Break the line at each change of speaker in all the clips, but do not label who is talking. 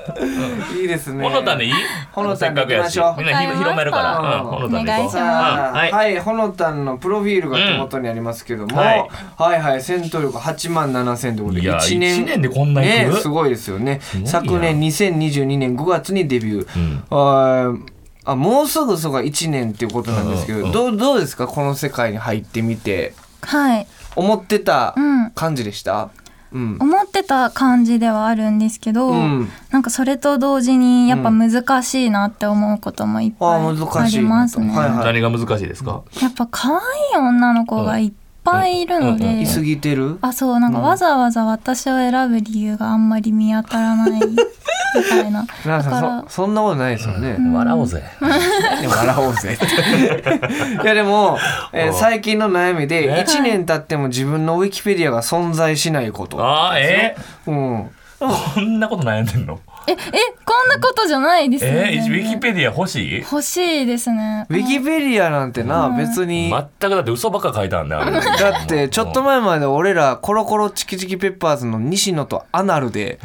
ね
いいですね
ほのたんでいい
ほのたんで
せ
いき
っかくや
ま
し
しょう
みんな広広めるからうんほのたんでいこ
お願い
う
します
さあ
うんはい
はい、ほのたんのプロフィールが手元にありますけども、
うんはい
はいはい、戦闘力8万7千ということ
い
で、
や
1年。
一年でこんなに来る
ね、すごいですよね。
ごいな
昨年2022年5月にデビュー。
うん
あーあもうすぐそうか1年っていうことなんですけど、
うんうん
どうどうですかこの世界に入ってみて
はい。
思ってた
うん
感じでした、うん
思ってた感じではあるんですけど、
うん
なんかそれと同時にやっぱ難しいなって思うこともいっぱい
あー
あ
難しい
りますね。
はい
何が難しいですか
やっぱ可愛い女の子がいっぱいいるので、
うん
いすぎてる
あそうなんかわざわざ私を選ぶ理由があんまり見当たらないみたいな
な
だ
ん
か
からそそんなことないですよね、
笑おうぜ
でも笑おうぜ。いやでも、えー最近の悩みで
ね
1年経っても自分のウィキペディアが存在しないこと。
ああ え
うん。
ーこんなこと悩んでんの
ええこんなことじゃないですよね、
えーウィキペディア欲しい
欲しいですね
ウィキペディアなんてな、別に。
全くだって嘘ばっか書いたんだよあれ
だってちょっと前まで俺らコロコロチキチキペッパーズの西野とアナルで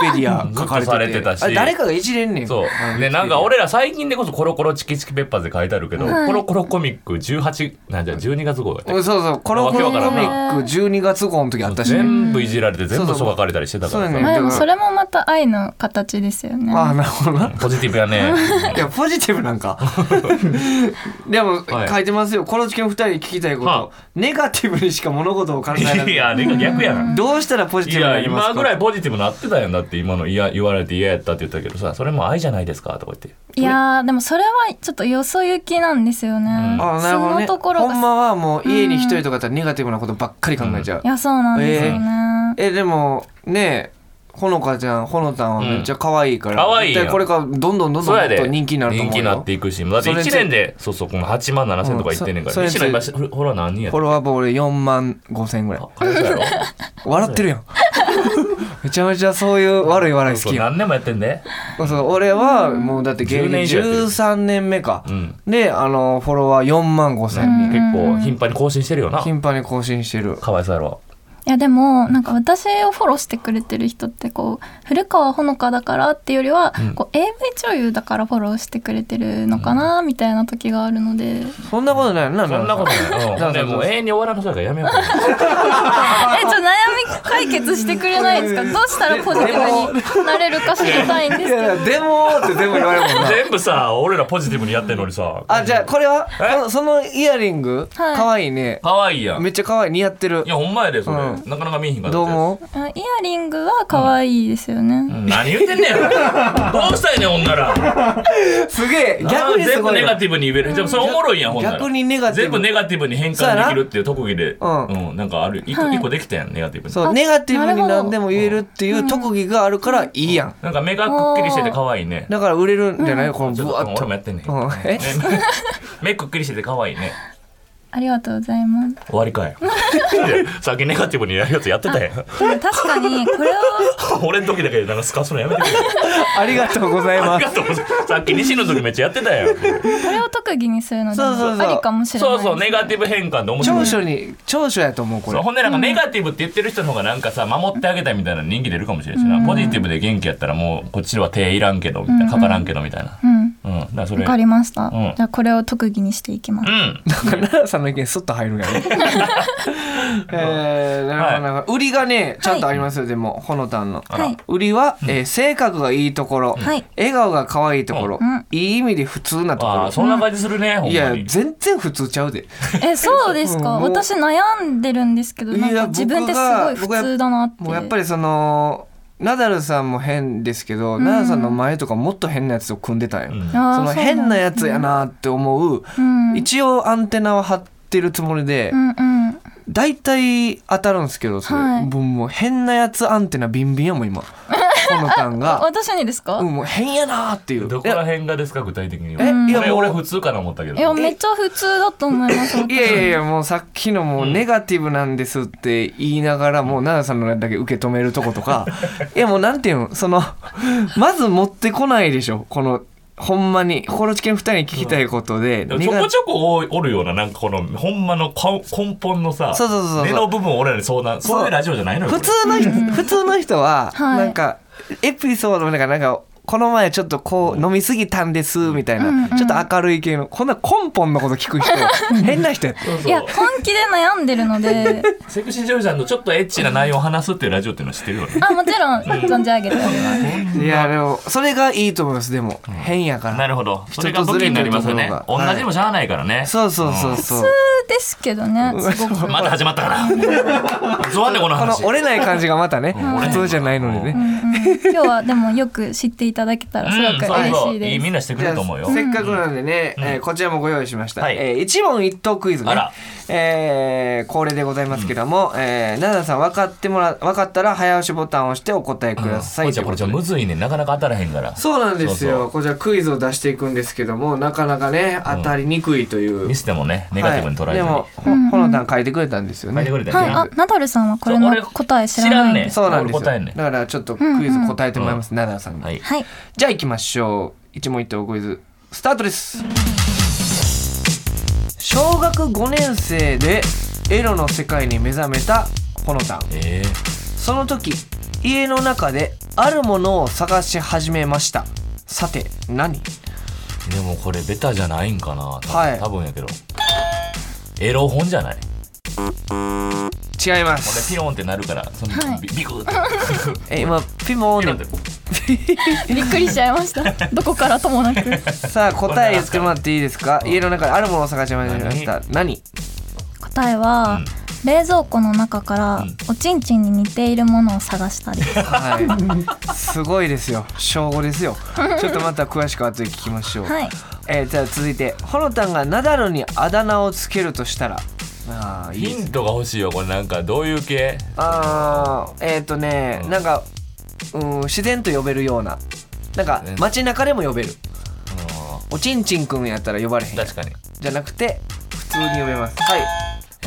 ウィキペディア書かれてて
ずっとされてたし
あれ誰かがいじれんねん
そう。で、なんか俺ら最近でこそコロコロチキチキペッパーズで書いてあるけど、コロコロコミック18、なんじゃ、12月号やったっ
そうそうコロコロコミック12月号の時あっ
け
たしね
全部いじられて全部
そう
嘘
そう
書かれたりしてたから
そうやね
さ。
まあでもそれもまた愛の形ですよね
ああなるほどな
ポジティブやね。
いや、ポジティブなん か。でも、
はい
書いてますよ。この事件二人に聞きたいこと、
は
ネガティブにしか物事を考えら
い
れ
や、
ない。
ね逆やな。
どうしたらポジ
い
ティブにな
や、
りますか
今ぐらい
い。
ポジティブなってたやんだって、今のいや言われて嫌やったって言ったけどさ、それも愛じゃないですかとか言って。
いやーでもそれはちょっとよそ行きなんですよね、
ん
あなるほどね。
そのところ
ほ
が
んまはもう家に一人とかだったらネガティブなことばっかり考えちゃう。
いやそうなんですよね、
え、でも、ねえ。ほのかちゃん、ほのたんはめっちゃ可愛いから、
うん可愛いよ
絶対これからどんどんどんどん
そう
も
や
っと
で。
人気になると思
人
う
気にな
よ
って。いくし、だって1年で、そうそう、この8万7千とか言ってんねんか
う
ら。
んそ
一年
そ
今、ほら何人やっ
フォ
た
ロワーボール4万5千ぐらい。
あそうやろ
笑ってるやん。めちゃめちゃそういう悪い笑い好
そう
きよ
何年もやってんで。
そう俺はもうだって芸
10年
人
以上やってる
13年目か、
うん
であのフォロワー4万5千人、
結構頻繁に更新してるよな。
頻繁に更新してる
かわいそうやろ。
いやでもなんか私をフォローしてくれてる人ってこう古川ほのかだからっていうよりは、こう AV 女優だからフォローしてくれてるのかなみたいな時があるので、
そんなことないよな
そんなことない。
そ
うん
うそう
ね
そう
もう永遠に終わらなそうやからやめよう。
えちょっと悩み解決してくれないですかどうしたらポジティブになれるか知りたいんで
い
すけ
やいやでもってでも言われる もんな
全部さ、俺らポジティブにやってんのにさ。
あじゃあこれはこのそのイヤリング
はい
可愛いね
かわいいやん。
め
い
っちゃ可愛い似合ってる
や、ほんまやで、それ。
う
なかなか見えへんから。
どう思う
どあイヤリングは可愛いですよね、
うん何言って んねん。どうしたいねん、女ら。
すげえ逆にす
全
ご
部
い
ネ
よ
ガティブに言える。でもそれおもろいやん、ほんなら。
逆にネガティ
全
ブ
部ネガティブに変
そうや
換
な
できるっていう特技で、
うん
うん、なんかある一個,、
はい
一個できたやんネガティブに
そうネガティブに何でも言えるっていう特技があるからいいやん
なんか目がくっきりしてて可愛いね
だから売れるんじゃないこの
ち
ブ
ょっと
ワッ
俺
と
もやってんねん、
うんえ
目目くっきりしてて可愛いね
ありがとうございます
終わりかいさっきネガティブにやるやつやってたやん
でも確かにこれを
俺の時だけなんかすかすのやめてくれよ
ありがとうござい
あ
ま
り
す
がとうございますさっき西の時めっちゃやってたやん
これを特技にするので
そうそう
も
そう
ありかもしれな
そ
いで
う
す
そうネガティブ変換で面白
長
い
所に長所やと思うこ
そう
れ
ほんでなんかネガティブって言ってる人の方がなんかさ守ってあげたいみたいな人気出るかもしれないしな、ポジティブで元気やったらもうこっちは手いらんけどみたいな、かからんけどみたいな
うん
うんだからそれ
わかりました、
うん
じゃあこれを特技にしていきます、
うん
奈 良さんの意見スッと入るんやね えーなるほどなるほど売りがねちゃんとありますよでもほのたんの
はい
売りはえー性格がいいところ
はい
笑顔が可愛いところ
うん
いい意味で普通なと
ああ
こ
そんな感じするね、ほ
ろ
ん
い
ま
や
に
全然普通ちゃうで
えそうですか、
うんもう
私悩んでるんですけどなん
いや
か自分ってすごい普
僕が
通だなって
もうやっぱりそのナダルさんも変ですけど、ナダルさんの前とかもっと変なやつと組んでたんよ、
うん
あー
その
う
変なやつやなって思う、
うんうん
一応アンテナは張ってるつもりで、
うん
大体当たるんですけどそれ、
はい
もうもう変なやつアンテナビンビンやもん 今このタンが、
私にですか、
うん、もう変やなっていう
どこら辺がですか具体的には。
えいや
俺
もう
俺普通かな思ったけど。
いやめっちゃ普通だと思います
いやいやいやもうさっきのもうネガティブなんですって言いながらもう奈々さんのだけ受け止めるとこと かいやもうなんていうのそのまず持ってこないでしょこのほんまに心地けん2人に聞きたいことで、
でも
ネ
ちょ
ガ
こちょこおおるようななんかこのほんまのこ根本のさ
そうそうそうそう
根の部分を俺らに相談そういうラジオじゃないのよ
普通の人普通の人は
は
な
い
んかエピソードなんかなんかこの前ちょっとこう飲みすぎたんですみたいな、ちょっと明るい系のこんな根本のこと聞く人変な人やって
これそうそう
いや本気で悩んでる ので
セクシー女優さんのちょっとエッチな内容を話すっていうラジオっていうのは知ってるよ ね
あもちろん存じ上げております
いやでもそれがいいと思いますでも変やから
なるほどそれが
人とず
武器
れ
に
てる
なり
とこ
ます
ろ
よ
が
ね同じでもしゃあないからね
そうそうそうそう
普通ですけどねすごく
また始まったからそうねこ
こ
の
の
話
折れない感じがまたね普通じゃないのでね。
今日はでもよく知っていただけたらすごく
うんそう
嬉
そ
し
う
い
い
で
い
す、
みんなしてく
じ
れ
ゃ
ると思うよ
あせっかくなんでね、えーこちらもご用意しました、
はい
えー一問一答クイズね
あら、
えー、恒例でございますけども、えー、奈々さん分かってもら分かったら早押しボタンを押してお答えください、
こいちゃんこれちょっとむずいねなかなか当たらへんから
そうなんですよ
そう
こちらクイズを出していくんですけどもなかなかね当たりにくいという、
ミスでもねネガティブに捉えず
は
に、
い、でもほほのたん書いてくれたんですよね
書いてくれたよ
は
ね
いあナダルさんはこれの
そう俺
答え知らないんです
知
そうなんですよ
俺答えんねん
だからちょっとクイズ答えてもらいます、奈々さんに、
はい
はい
じゃあ行きましょう。一問一答クイズ、スタートです。小学5年生でエロの世界に目覚めたほのたん。
えー
その時、家の中であるものを探し始めました。さて、何
でもこれベタじゃないんかな多分,、
はい
多分やけどエロ本じゃないこ
違いま
れピ
す。
ロンってなるからその、
はい
ビビクッて
え、今、ピモ
ピロンっ
ー
て
ね。
びっくりしちゃいましたどこからともなく
さあ、答え言ってもらっていいです か家の中であるものを探し始めました。何
答えは、冷蔵庫の中からおちんちんに似ているものを探したり、
はい。すごいですよ。小5ですよ。ちょっとまた詳しく後で聞きましょう。
はい
えー、じゃあ続いてほのたんがナダルにあだ名をつけるとしたらああいい
ヒ
です
ントが欲しいよこれなんかどういう系
あーえっ、とね、なんか、うん、自然と呼べるようななんか
ね
街中でも呼べる
う
おちんちんくんやったら呼ばれへん
ん確かに、
じゃなくて普通に呼べますはい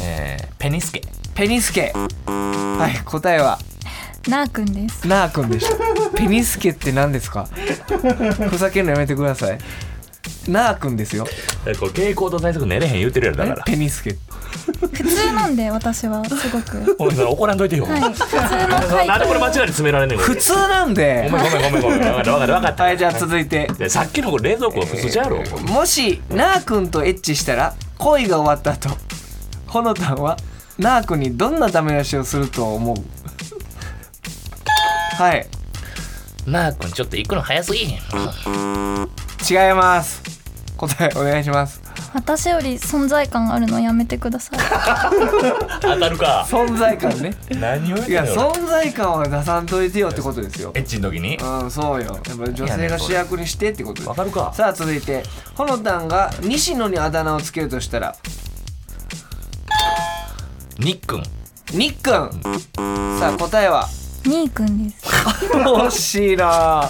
えー、ペニスケ
ペニスケはい答えは
なあくんです。
なあくんでした。 ペニスケって何ですか。ふざけるのやめてください。なあくんですよ。
らこれ傾向と対策寝れへん言うてるやろだから
ペニスケ。
普通なんで私はすごく。
お前それ怒らんといてよ、
はい、普通の回
なんでこれ間違い
答
に詰められんねんこれ
普通なん
ご
で。
めんごめんごめんごめん分かった分かった分かった
はい、じゃあ続いて。
でさっきのこれ冷蔵庫は普通じゃろ、
もしなあくんとエッチしたら恋が終わった後ほのたんはなあくんにどんなダメ出しをすると思うはい
なあくんちょっと行くの早すぎへん
違います答えお願いします
私より存在感あるのやめてください。
当たるか
存在感 ね
何を言っ
い
て
や
んの
存在感は出さんといてよってことですよ
エッチの時に
うんそうよやっぱ女性が主役にしてってことです
わかるか
さあ続いてほのたんが西野にあだ名をつけるとしたら
にっくん
にっくんさあ答えは
にーくんです。
惜しいな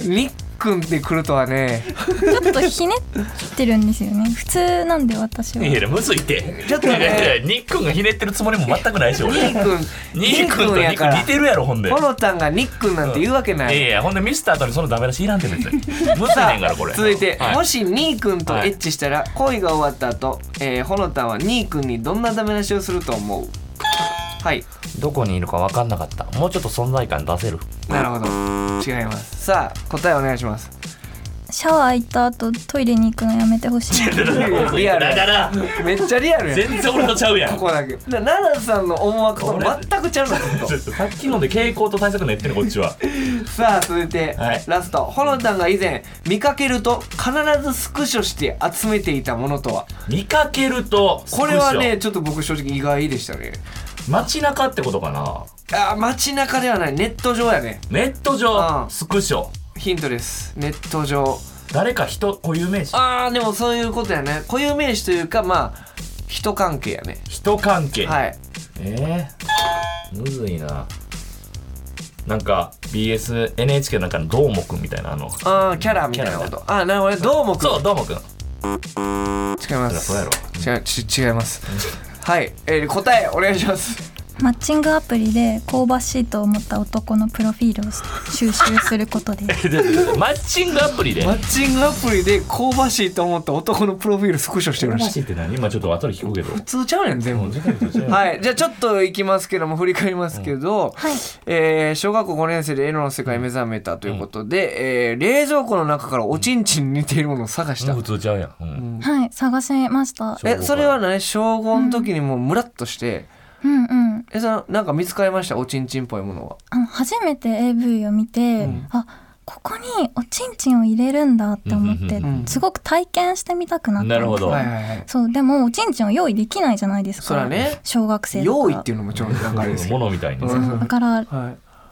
にっくんって来るとはね
ちょっとひねってるんですよね。普通なんで私は。
いやいやむずいって
ちょっとね
いやいやにっくんがひねってるつもりも全くないし俺
にっくん
にっくんとにっくん似てるやろほんで
ほのたんがにっくんなんて言うわけないい、
やいやほんでミスターとにそのダメ出しいらんって別にむずいねんからこれ
続いて、
はい
もしにーくんとエッチしたら恋が終わった後、えー、ほのたんはにーくんにどんなダメ出しをすると思うはい
どこにいるか分かんなかったもうちょっと存在感出せる
なるほど違いますさあ答えお願いします
シャワー行った後トイレに行くのやめてほしい。
リアル
だから
めっちゃリアルやん
全然俺とちゃうやん
ここだけだナダルさんの思惑と全くちゃうのほんと
ちょっとさっきので傾向と対策練ってるこっちは
さあ続いて、
はい
ラストほのたんが以前見かけると必ずスクショして集めていたものとは
見かけると
これはねちょっと僕正直意外でしたね
街中ってことかな
あー街中ではないネット上やね
ネット上
うん
スクショ
ヒントですネット上
誰か人固有名詞
あーでもそういうことやね固有名詞というかまあ人関係やね
人関係
はい
えー、むずいななんか BSNHK なんかのどーもくんみたいなあの
あーキャラみたいなことあーなるほどねどうもくん
そうどーもくん
違いま
そうやろ
す違うち違いますはい、えー答えお願いします
マッチングアプリで香ばしいと思った男のプロフィールを収集することです。
マッチングアプリで
マッチングアプリで香ばしいと思った男のプロフィールスクショしてみま
マ
し
ジって何今ちょっと後で聞くけど
た普通ちゃうやん全部はい、じゃあちょっといきますけども振り返りますけど、
はい。
えー小学校5年生でエロの世界に目覚めたということで、えー冷蔵庫の中からおちんちんに似ているものを探した、
普通ちゃうやん、うん
はい、探しました。
えそれはね小5の時にもうムラっとして、
うんうん。
えそのなんか見つかりましたおちんちんっぽいものは
あの初めて AV を見て、あここにおちんちんを入れるんだって思って、
うん
うんうん
すごく体験してみたくなったんです
なるほど、
はいはいはい
そうでもおちんちんを用意できないじゃないですか
そらね
小学生だから
用意っていうのもちょっとなんかあれですけど
物みたいに
う
ね
ん
そうだから
は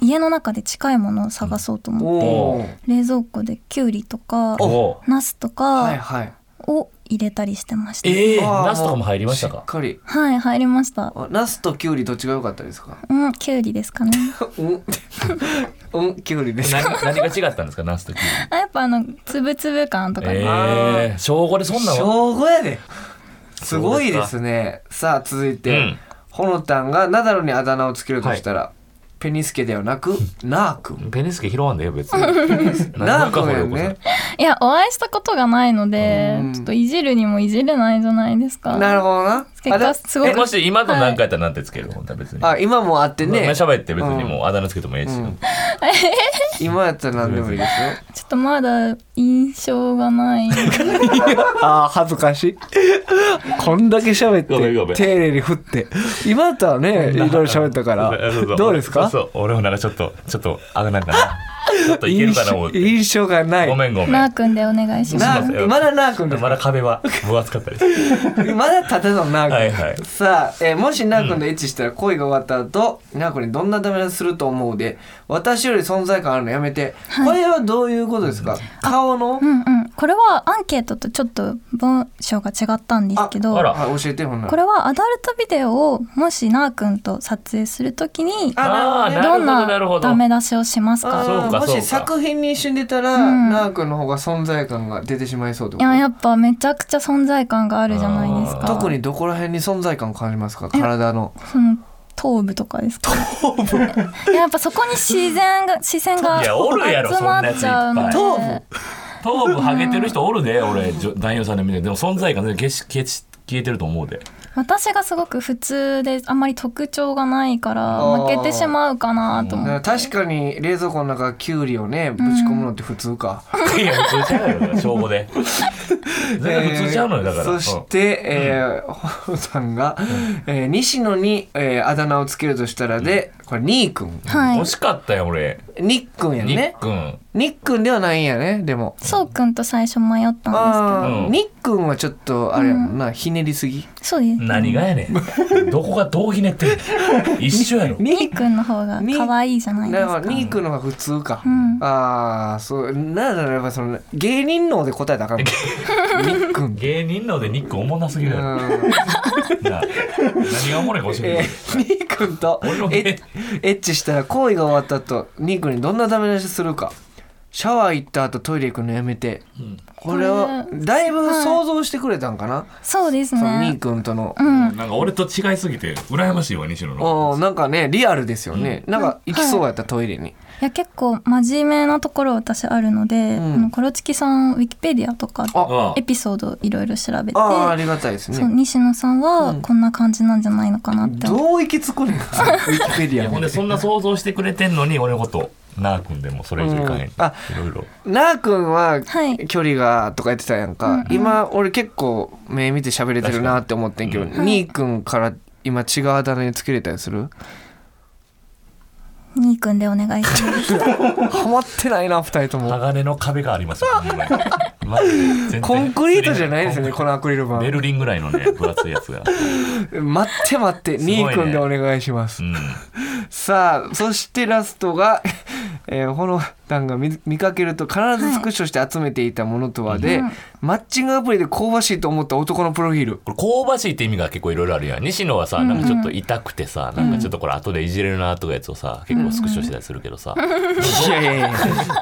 い、
家の中で近いものを探そうと思って、
おお
冷蔵庫できゅうりとか
おお
ナスと
はい
か
はい
を入れたりしてました、
ええ
あー
ナスとかも入りました
しっ
か
かり
はい入りました
あナスとキュウリどっちが良かったですか
うんきゅうりですかね
うん うんキュウリです
何何が違ったんですかナスとキウイ
あやっぱあのつぶつぶ感とか、
ええー、小五でそんなんは
小5やですごいですねさあ続いて、
うん
ほのたんがナダルにあだ名をつけるとしたら、ペニスケではなくナー君
ペニスケ拾わんでええ別に
ナー
何もかも
君
よ
や
こさん
ね
いやお会いしたことがないので
うん
ちょっといじるにもいじれないじゃないですか
なるほどな
結果すご
えも
く
し今の何回やったら何てつけるほんとは別に
あ今もあってね、
まあ喋って別にもうあだ名つけてもええし、
うん今やったら何でもいいですよ
ちょっとまだ印象がない
あー恥ずか しいこんだけ喋
ごめんごめん
寧に振って今やったらねいろいろ喋ったか
そそそうそう俺もなんかちょっとちょっとあがなんか なちょっといけるかな思って
印象がな
ごめんごめん
なあくんでお願いします
なまだナー君です
まだ壁は分厚かった です
まだただのナー君
はいはい
さあ、えーもしナー君とエッチしたら恋が終わった後、ナー君にどんなダメ出しすると思うで私より存在感あるのやめて、これはどういうことですか顔の
うんうんこれはアンケートとちょっと文章が違ったんですけど
あら
あ教えてほんなら
これはアダルトビデオをもしなあくんと撮影するときに
あ
あー
なる
ほ
ど
ど
ん
なるほ
な
ど
ダメ出しをします
あ
か
そうか
ーも
そう
し
か
作品に一緒に出たら、
ん
ナー君の方が存在感が出てしまいそうって
い
こ
や
と
やっぱめちゃくちゃ存在感があるじゃないですか
特にどこら辺に存在感を感じますか
え
体の
その頭部とかですか頭部やっぱそこに自然が視線が
いやおるやろ
集まっちゃうので
そんなやついっ
頭部ハゲてる人おるで俺じょ男優さんで見てでも存在感全然消し消し消えてると思う で
私がすごく普通であんまり特徴がないか
あ
ら
ー
負けてしまうかなと思
う
っ
ん確かに冷蔵庫の中キュウリをねぶち込むのって普通か、
いや普通ちゃうよだから小5で 全然普通ちゃうのよだから、
そして、えーホロさんが、えー西野に、えーあだ名をつけるとしたらで、これニー君
て
う
は
ん
い
惜しかったよ俺
ニッ君や
ニッ
ね
クン
ニッ君ではないんやねでも
そうくんと最初迷ったんで
あー、
うん
ニッ君はちょっとあれやもんな、ひねりすぎ
すけどそうです
何がやねんどこがどうひねってんの 一緒やろ
ニ
みーくんの方が可愛いじゃないです
だか
から
ニー君の方が普通か、
ん
ああそうなんだろうやっぱその芸人能で答えたらあか んもんニッ君
芸人のでニックおもんなすぎるやろ
うん
なあ何がおもろいか教え
え
て
ー、ニー君と
俺の
エ
芸
ッエッチしたら行為が終わった後ニー君にどんなダメ出しするかシャワー行った後トイレ行くのやめて、これはだいぶ想像してくれたんかな、
そうです
そのニ
ね
ー君との、
なんか俺と違いすぎて羨ましいわ西野の
おーなんかねリアルですよね、なんか行きそうやった、トイレに
いや結構真面目なところ私あるので、
ん
あのコロチキさんウィキペディアとか
あ
あ
エピソードいろいろ調べて
ああありがたいです
そう
ね
西野さんはこんな感じなんじゃないのかなって思う
どう行き着くねんウィキペデ
い
ィア
やほんでそんな想像してくれてんのに俺のことなあくんでもそれ以上いかへん、
うん
い
あ
ろいろ
なあくんは
はい
距離がとか言ってたやんか、今俺結構目見て喋れてるなって思ってんけど、にーくんから今違うあだ名につけれたりする、
ニーくんでお願いします
ハマってないな二人とも
鋼の壁がありますよ、ほんまにマジで全然
コンクリートじゃないですよねこのアクリル
ベ
板
ルリンぐらいのね分厚いやつが、
待って待って
ごいね
にーくんでお願いします
うん、
さあそしてラストが えー、ほのたんが見見かけると必ずスクショして集めていたものとはで、マッチングアプリで香ばしいと思った男のプロフィー ル
これ香ばしいって意味が結構いろいろあるやん西野はさなんかちょっと痛くてさ、なんかちょっとこれ後でいじれるなとかやつをさ結構スクショしてたりするけどさ、
いやいやいや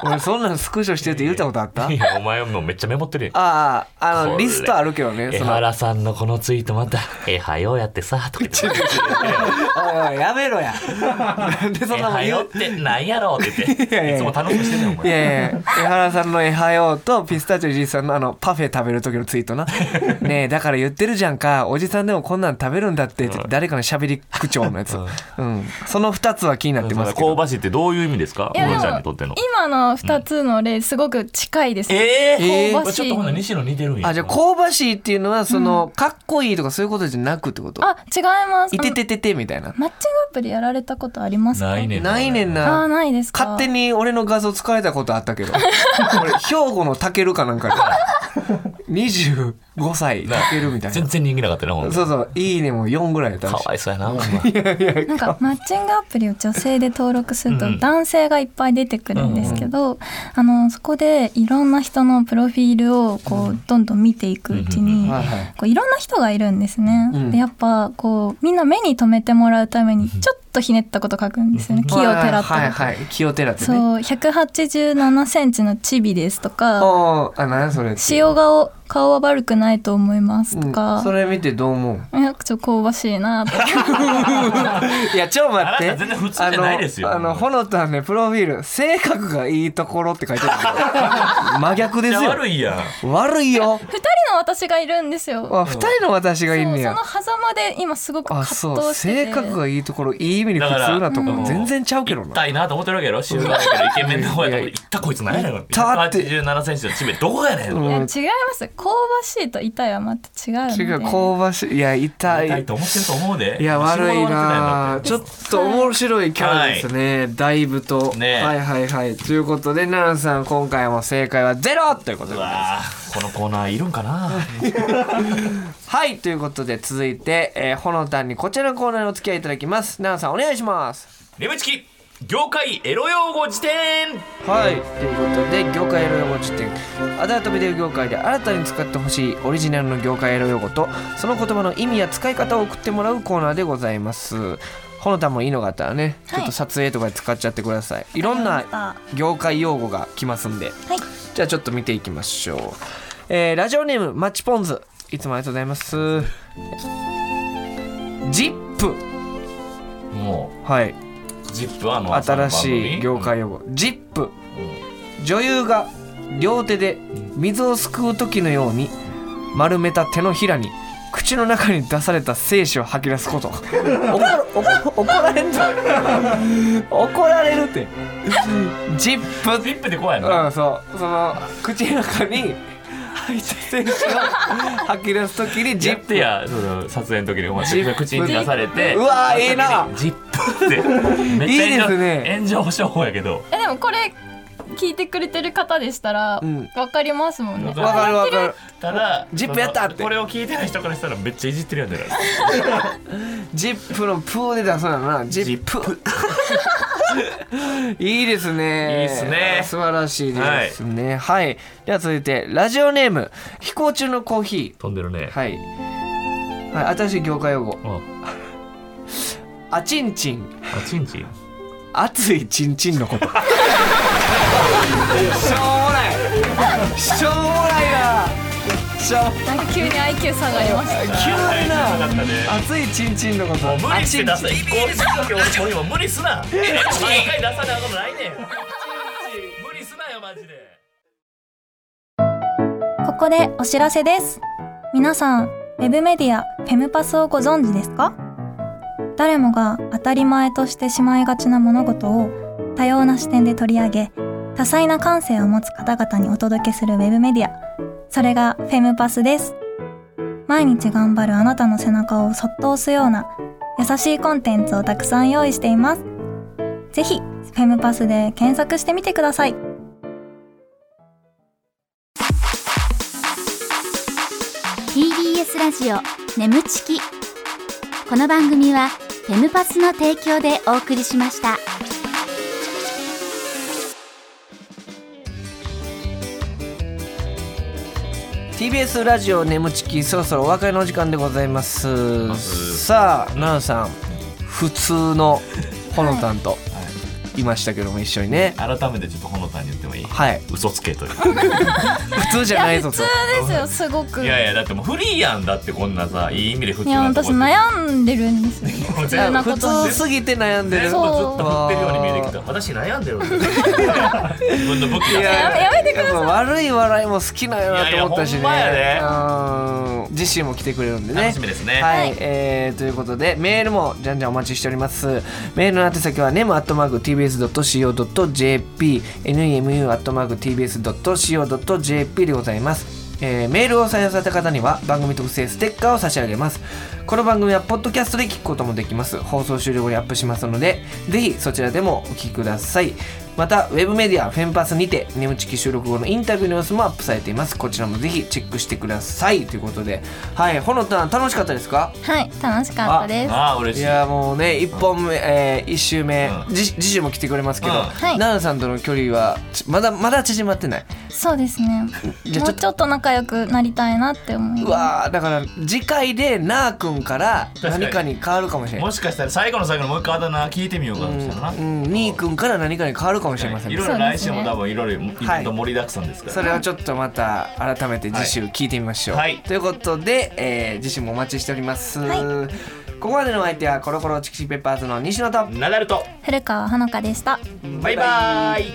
俺そんなんスクショしてって言ったことあった
いやお前もめっちゃメモってるやん
あああ
こ
の
れ
リストあるけどね
江
その
原さんのこのツイートまた「えはようやってさ」とか言って
おいおいやめ ろやなんで
「え
そんなもん
は
言
よ
う
うってなんやろ」って言っ
いやいやい
て
や
いつも楽しくしてんねんお
い
前
やいや、江原さんの「えはよう」とピスタチオじいさんのあのパフェ食べる時のツイート なねえだから言ってるじゃんかおじさんでもこんなん食べるんだってって誰かのしゃべり口調のやつ、うん、その2つは気になってますけ
香
ど
ばしいってどういう意味ですか
いや
も
で
も
も
ちゃんにとっての
今の2つの例すごく近いです、
え
え
ー
香ば
ち
し
ょっ
い
とほんな西野似てるんや
あじゃあ香ばしいっていうのはその、かっこいいとかそういうことじゃなくってこと
あ違います
いててててみたいな
あのマッチングアプリやられたことありますか
ないねん
ないねん
あ
な
ーないですか
勝手に俺の画像使われたことあったけど俺兵庫のタケルかなんか で25歳タケルみたい
全
な
然人気なかったなほん
そ
と
うそう「いいね」も4ぐらいだった
から
しい
わいそうやなほんま
なんかマッチングアプリを女性で登録すると男性がいっぱい出てくるんですけど、あのそこでいろんな人のプロフィールをこうどんどん見ていくうちに
はいはい
こういろんな人がいるんですね。
うん
でやっぱこうみんな目に留めてもらうためにちょっとひねったこと書くんですよね。木を照らっ
は
た
いは
こ
いはい気を照らって
と。
ね
そう187センチのチビですとか
ああ、何それって。
塩顔顔は悪くないと思いますと
うんそ
か、
れ見てどう思う
いやちょっと香ばしいなとか
いや、ちょ、待って。
あなた全然普通じゃないですよ
あの、あのほのたんね、プロフィール、性格がいいところって書いてあ る。真逆で
めっ
す
ちゃ
よ。
悪いやん
悪いよ。
二人の私がいるんですよ。
あ、二人の私がいいんねや
そう。その狭間で今すごく
あ、
葛
そう、
藤してて
性格がいいところ、いい意味で普通なところ、全然ちゃうけどな。
痛いなと思ってるわけやろシューけどイケメンの方やと
いやいや
思って行ったこいつ何やろ
痛って
187センチのチベどこやねん、
う
いや違
ん
います香ばしいと痛いはまた違うので
違う、香ばしい。いや、痛
痛
い
い。と思ってると思うで
いや、悪いな
ち
ち
ょ
ょっと面白いキャラですね。だいぶと。
ね
はいはいはい。ということで、奈良さん、今回も正解はゼロということで。
このコーナーいるんかな
はい、ということで続いて、えー、ほのたんにこちらのコーナーにお付き合いいただきます。奈々さんお願いします。
眠ちき業界エロ用語辞典
はい、ということで業界エロ用語辞典アダルトビデオ業界で新たに使ってほしいオリジナルの業界エロ用語とその言葉の意味や使い方を送ってもらうコーナーでございます。ほのたんもいいのがあったらね、ちょっと撮影とかで使っちゃってください。いろん
わかり
な
ま
業界用語が来ますんで。
はい
じゃあちょっと見ていきましょう。えーラジオネームマッチポンズいつもありがとうございます。ジップ
も
はい、
う、ジップはあの朝の
新
番組
しい業界用語「ジップ
うん
女優が両手で水をすくう時のように丸めた手のひらに口の中に出された精子を吐き出すこと 怒ら怒怒られんぞ怒られるってジップ
ジップでこうやんな。
うんそうその口の中に吐いた精子を吐き出す時にジ
ジ
ッ
ップ
プ
やその撮影の時にお
ジップ
前口に出されて
うわーええな
ジ ップってめっちゃ
いいですね
炎上炎上商法やけど
えでもこれ聞いてくれてる方でしたら
うん
わかりますもんね、
わ
わかるわかる
ただ
ジップやったって
そのこれを聞いてない人からしたらめっちゃいじってるやんだから
ジップのプーで出すのやろなジップ いいですね
いいっすね
素晴らしいですねはい、では続いてラジオネーム飛行中のコーヒ
飛んでるね
ーはい、はい、新しい業界用語
うん
あちんちん
あチンチン
熱いちんちんのこと しょうもないしょうもないなしょう
なんか急に IQ 下がりまし た
急に
あーよかったね
な熱いちんちんのこと
もう無理して出
あ
せ一個だけ俺も無理すな毎回出さなあかんことないねん無理すなよマジで
ここでお知らせです。皆さん、ウェブメディアフェムパスをご存知ですか誰もが当たり前としてしまいがちな物事を多様な視点で取り上げ、多彩な感性を持つ方々にお届けするウェブメディア。それがフェムパスです。毎日頑張るあなたの背中をそっと押すような優しいコンテンツをたくさん用意しています。ぜひ、フェムパスで検索してみてください。
TBS ラジオ眠ちきこの番組はフェムパスの提供でお送りしました
ちん TBS ラジオ眠ちきそろそろお別れの時間でございます
ます
さあ奈々さん普通のほのたんといましたけども一緒にね
改めてちょっとほのたんに言ってもいい
はい
嘘つけという
普通じゃないぞ
普通
と
ですよすごく
いやいやだってもうフリーやんだってこんなさいい意味で普通
いや
なと
私
こって
悩んでるん ですよ
もう
普通
全部
なこ
普
とに
通すぎて悩んでる
全部ずっと振ってるように見えてきた
あ
私悩んでるんです自分の武器が
やめやめてください
やっぱ悪い笑いも好きなんやなと思ったしね
いやいや
うん次週も来てくれるんでね
楽しみですね
はい、えーということでメールもじゃんじゃんお待ちしておりますメールの宛先は nemu.tbs.co.jp nemu.tbs.co.jp でございますえーメールを採用された方には番組特製ステッカーを差し上げますこの番組はポッドキャストで聞くこともできます放送終了後にアップしますのでぜひそちらでもお聞きくださいまたウェブメディアフェンパスにて眠ちき収録後のインタビューの様子もアップされていますこちらもぜひチェックしてくださいということではいほのたん楽しかったですか
はい楽しかったです
ああ嬉
い
しい
やもうね1本目、え1周目、
うん
じ次週も来てくれますけど、
うん
奈
い
々さんとの距離はちまだまだ縮まってない
そうですね
じゃあちょっと
もうちょっと仲良くなりたいなって思いうます
わーだから次回でなあくんから
かに
何かに変わるかもしれない
もしかしたら最後の最後のもう一回あだ名聞いてみようかもしれないな
うん、にーくんから何かに変わるかもしれません、
いろいろ来週も多分いろいろイベント盛りだくさんですから
それをちょっとまた改めて次週聞いてみましょう、
はい
ということで、えー次週もお待ちしております、ここまでのお相手はコロコロチキチキペッパーズの西野と
ナダルと
古川ほのかでした。
バイバーイ